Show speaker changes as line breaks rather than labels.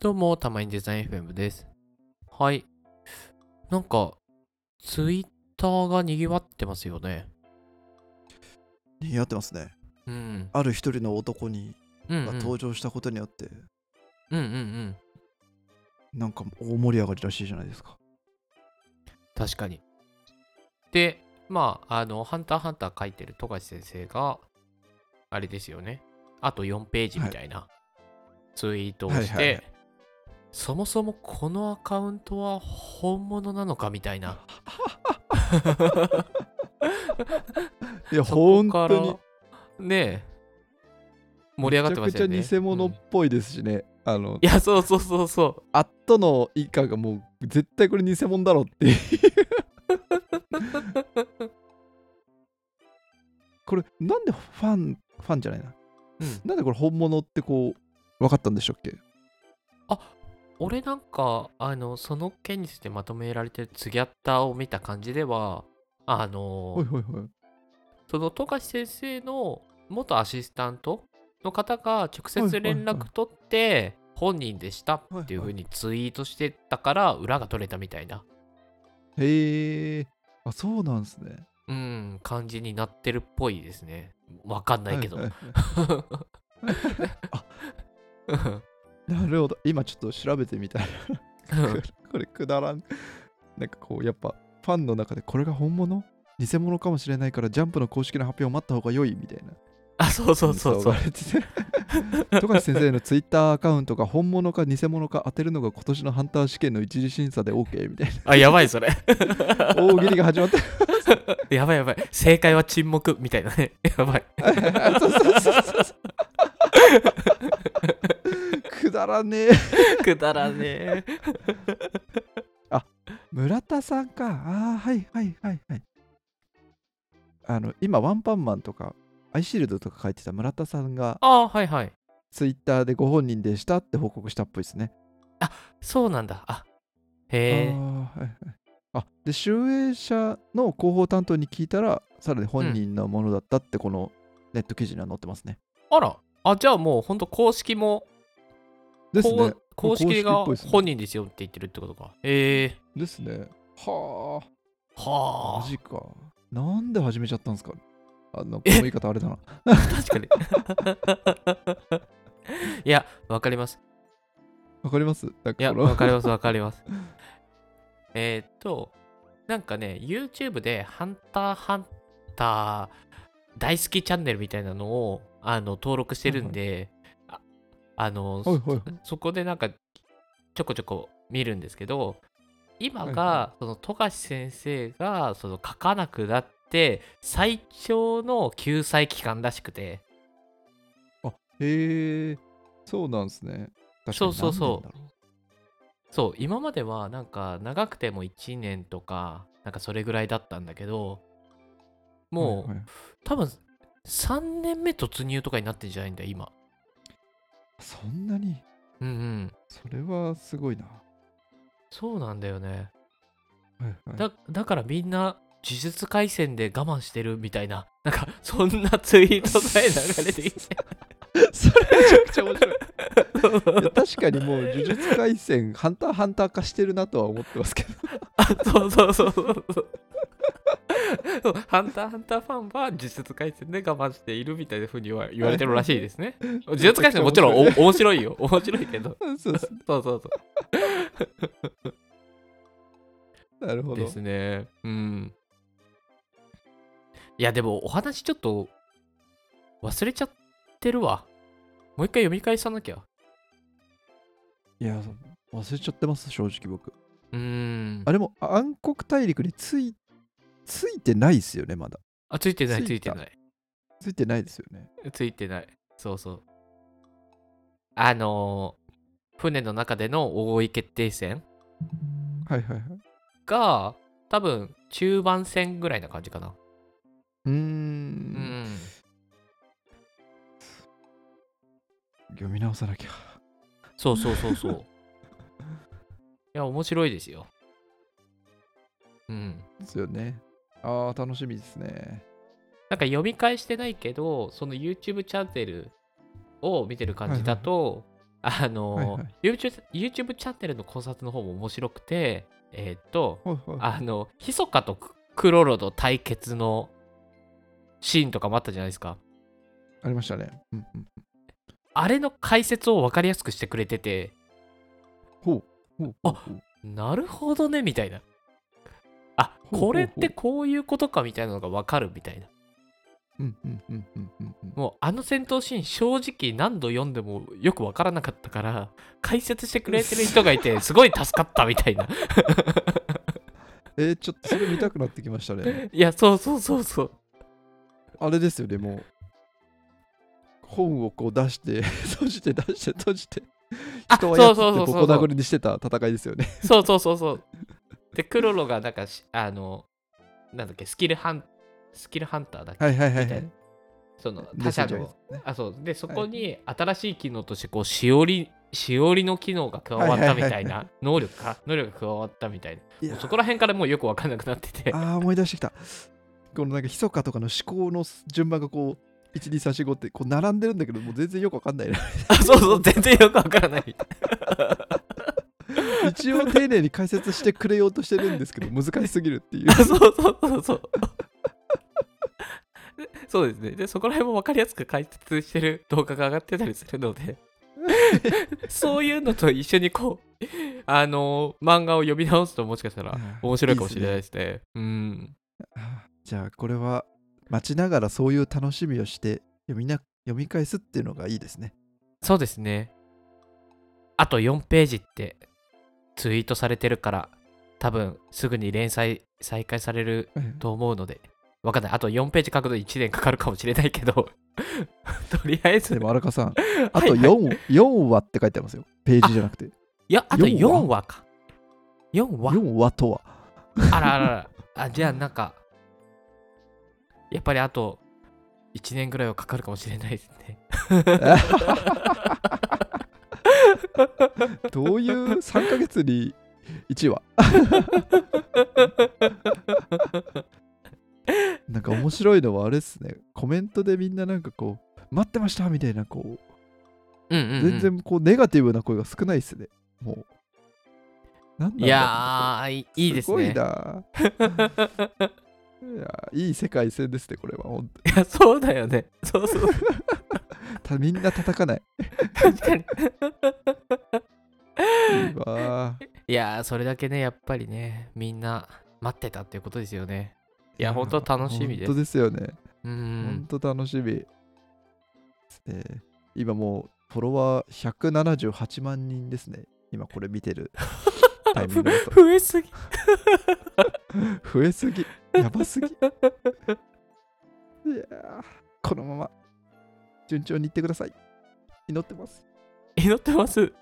どうも、たまにデザイン FM です。はい。なんか、ツイッターが賑わってますよね。
似合ってますね。
うん。
ある一人の男に
うん、うん。
が登場したことによって、
うんうんうん。
なんか大盛り上がりらしいじゃないですか。
確かに。で、まあ、あの、ハンターハンター書いてる富樫先生が、あれですよね。あと4ページみたいなツイートをして、
はいはいはい
そもそもこのアカウントは本物なのかみたいな。
いや、
そこ
本
か
当に
ら、ねえ、盛り上がってま
め
した
ちゃ
よ
く
ね。
ちゃ偽物
うん
っぽいですしね。あの
い、や、そうそうそうそ
アットの以下がもう絶対これ偽物だろっ ていう。これ、なんでファン、ファンじゃないな。
う。うん、
なんでこれ本物ってこう、分かったんでしたっけ
俺なんか、あの、その件についてまとめられてるツギャッターを見た感じでは、あ
ほい
の、
ほいほい。
その富樫先生の元アシスタントの方が直接連絡取って、本人でしたっていう風にツイートしてたから、裏が取れたみたいな、
へえ。あ、そうなんですね。
うん、感じになってるっぽいですね。わかんないけど。
はいはいはいなるほど。今ちょっと調べてみたい。これくだ らん。なんかこう、やっぱファンの中でこれが本物偽物かもしれないからジャンプの公式の発表を待った方が良いみたいな。
あ、そうそう そうそう。
そう。富樫先生のツイッターアカウントが本物か偽物か当てるのが今年のハンター試験の一次審査で OK みたい
あ、やばいそれ。
な。大喜利が始まった。
やばいやばい。正解は沈黙みたいなね。やばい。
そうそうそうそうくだらねえ。
くだらねえ。
村田さんか。ああ、はいはいはいはい。あの、今、ワンパンマンとか、アイシールドとか書いてた村田さんが、
ああ、はいはい。
ツイッターでご本人でしたって報告したっぽいですね。
そうなんだ。あ
あ
へえ。
あーはいはいあ、で、集英社の広報担当に聞いたら、さらに本人のものだったって、このネット記事には載ってますね。
あら。あ、じゃあもう本当公式も、
です
こ
ね
う。公式が
公式っぽいですね
本人ですよって言ってるってことか。へえ。
ですね。はあ、
は
マ
あ。
ジか。なんで始めちゃったんですかあの、この言い方あれだな。
確かに。 いや、わかります。
わかりますなん
い
か
や、
この
わかり ますわかります。えーっと、なんかね、YouTube でハンターハンター大好きチャンネルみたいなのをあの登録してるんで、ああの、
はいはいはい
そこでなんかちょこちょこ見るんですけど、今
はい
が
は
その富樫先生がその書かなくなって最長の救済期間らしくて、
へえ、そうなんですね。確かに
そうそうそう
何年だろ
そう今まではなんか長くても1年とかなんかそれぐらいだったんだけど
う
もう、
はいはい
多分3年目突入とかになってんじゃないんだよ今
そんなに、
うんうん
それはすごいな。
そうなんだよね
はいはい、
だだからみんな呪術廻戦で我慢してるみたいななんかそんなツイートさえ流れてき て
それめちゃくちゃ面白い。いや確かにもう呪術廻戦、ハンターハンター化してるなとは思ってますけど。
あそうそうそうそうそうそうハンターハンターファンは呪術廻戦で我慢しているみたいな風には言われてるらしいですね呪術廻戦もちろんお 面白いよ面白いけど
そうそう
そうそうそ
なるほ
う
ど
で。すねうんいやでもお話ちょっと忘れちゃってるわもう一回読み返さなきゃ
いや、忘れちゃってます、正直僕。
うーん
あれも暗黒大陸についついてないですよね、まだ。
あついてないつ
つ
い
い
て
た
ない
ついてないですよね。
ついてない。そうそう。あのー船の中での大井決定戦
はいはいはい。
が、多分中盤戦ぐらいな感じかな。
うー、
うんん。
読み直さなきゃ。
そうそうそうそう。いや、面白いですよ。うん。
ですよね。ああ、楽しみですね。
なんか読み返してないけど、その YouTube チャンネルを見てる感じだと、あの、
はいはい
YouTube, YouTube チャンネルの考察の方も面白くて、えーっと、
はいはい
あの、ヒソカとククロロの対決のシーンとかもあったじゃないですか。
ありましたね。うんうん、
あれの解説を分かりやすくしてくれてて、
ほうほうほうほう
なるほどね、みたいな。あ、
ほうほうほう
これってこういうことかみたいなのが分かるみたいな。
うんうんうんうんうんうん
もうあの戦闘シーン正直何度読んでもよく分からなかったから解説してくれてる人がいてすごい助かったみた いな
えー、ちょっとそれ見たくなってきました ね。
いやそうそうそうそう
あれですよね、もう。本をこう出して、 閉じて出して閉じて、
あそ
人
う
はや
そ
っ
う
て
そう
ボ
そう
コ殴りにしてた戦いです よね。
そうそうそうそうでクロロがなんかしあのなんだっけスキルハンスキルハンターだっけ、
はいはいはいは
みたい
い
な。その
で
他社
そうじゃない
の
で
あそうでそこに新しい機能としてこうしおりしおりの機能が加わったみたいな能力か能力が加わったみたい
い
な
や
もうそこら辺からもうよく分かんなくなってて
ああ、思い出してきた。このなんか、ひそかとかの思考の順番がこう、1、2、3、4、5ってこう並んでるんだけど、もう全然よくわかんな いな。
あ そうそう全然よく分からない
一応丁寧に解説してくれようとしてるんですけど、難しすぎるっていう
あ。 そうそうそうそう。で そうですね。で、そこら辺も分かりやすく解説してる動画が上がってたりするの で、そういうのと一緒にこう、あの漫画を読み直すともしかしたら面白いかもしれない
い
で
です
ね。うん。
すね。あー じゃあ、これは待ちながらそういう楽しみをして読みな、読み返すっていうのがいいですね。
そうですね。あと4ページってツイートされてるから、多分すぐに連載再開されると思うので、わかんない。あと4ページ書くの1年かかるかもしれないけど、 とりあえず
でも荒川さん、 あ
はい
と
はい
4, 4話って書いてありますよ。ページじゃなくて。
いや、あと4
4
話か。4話
4話とは。
あらあらあら。あ、じゃあなんか、やっぱりあと1年ぐらいはかかるかもしれないですね。
どう いう3ヶ月に1話なんか面白いのはあれですね。コメントでみんななんかこう、待ってましたみたいな、こう、
うんうん、うん。
全然こう、ネガティブな声が少ないですね。もう。なんなんだろう
いやー、いいいです
ごい
ね。
な。いやいい世界線ですね、これは。ほんと
いや、そうだよね。そうそう。
たみんな叩かない。
確かに。
いいわー
いやー、それだけね、やっぱりね、みんな待ってたっていうことですよね。いや、本当楽しみです。
本当ですよね。
う
本
ん。
当楽しみ。ですね今もうフォロワー178万人ですね。今これ見て るタイミングだと。
増えすぎ。
増えすぎ。や ばすぎ。いやーこのまま順調にいってください。祈ってます。
祈ってます。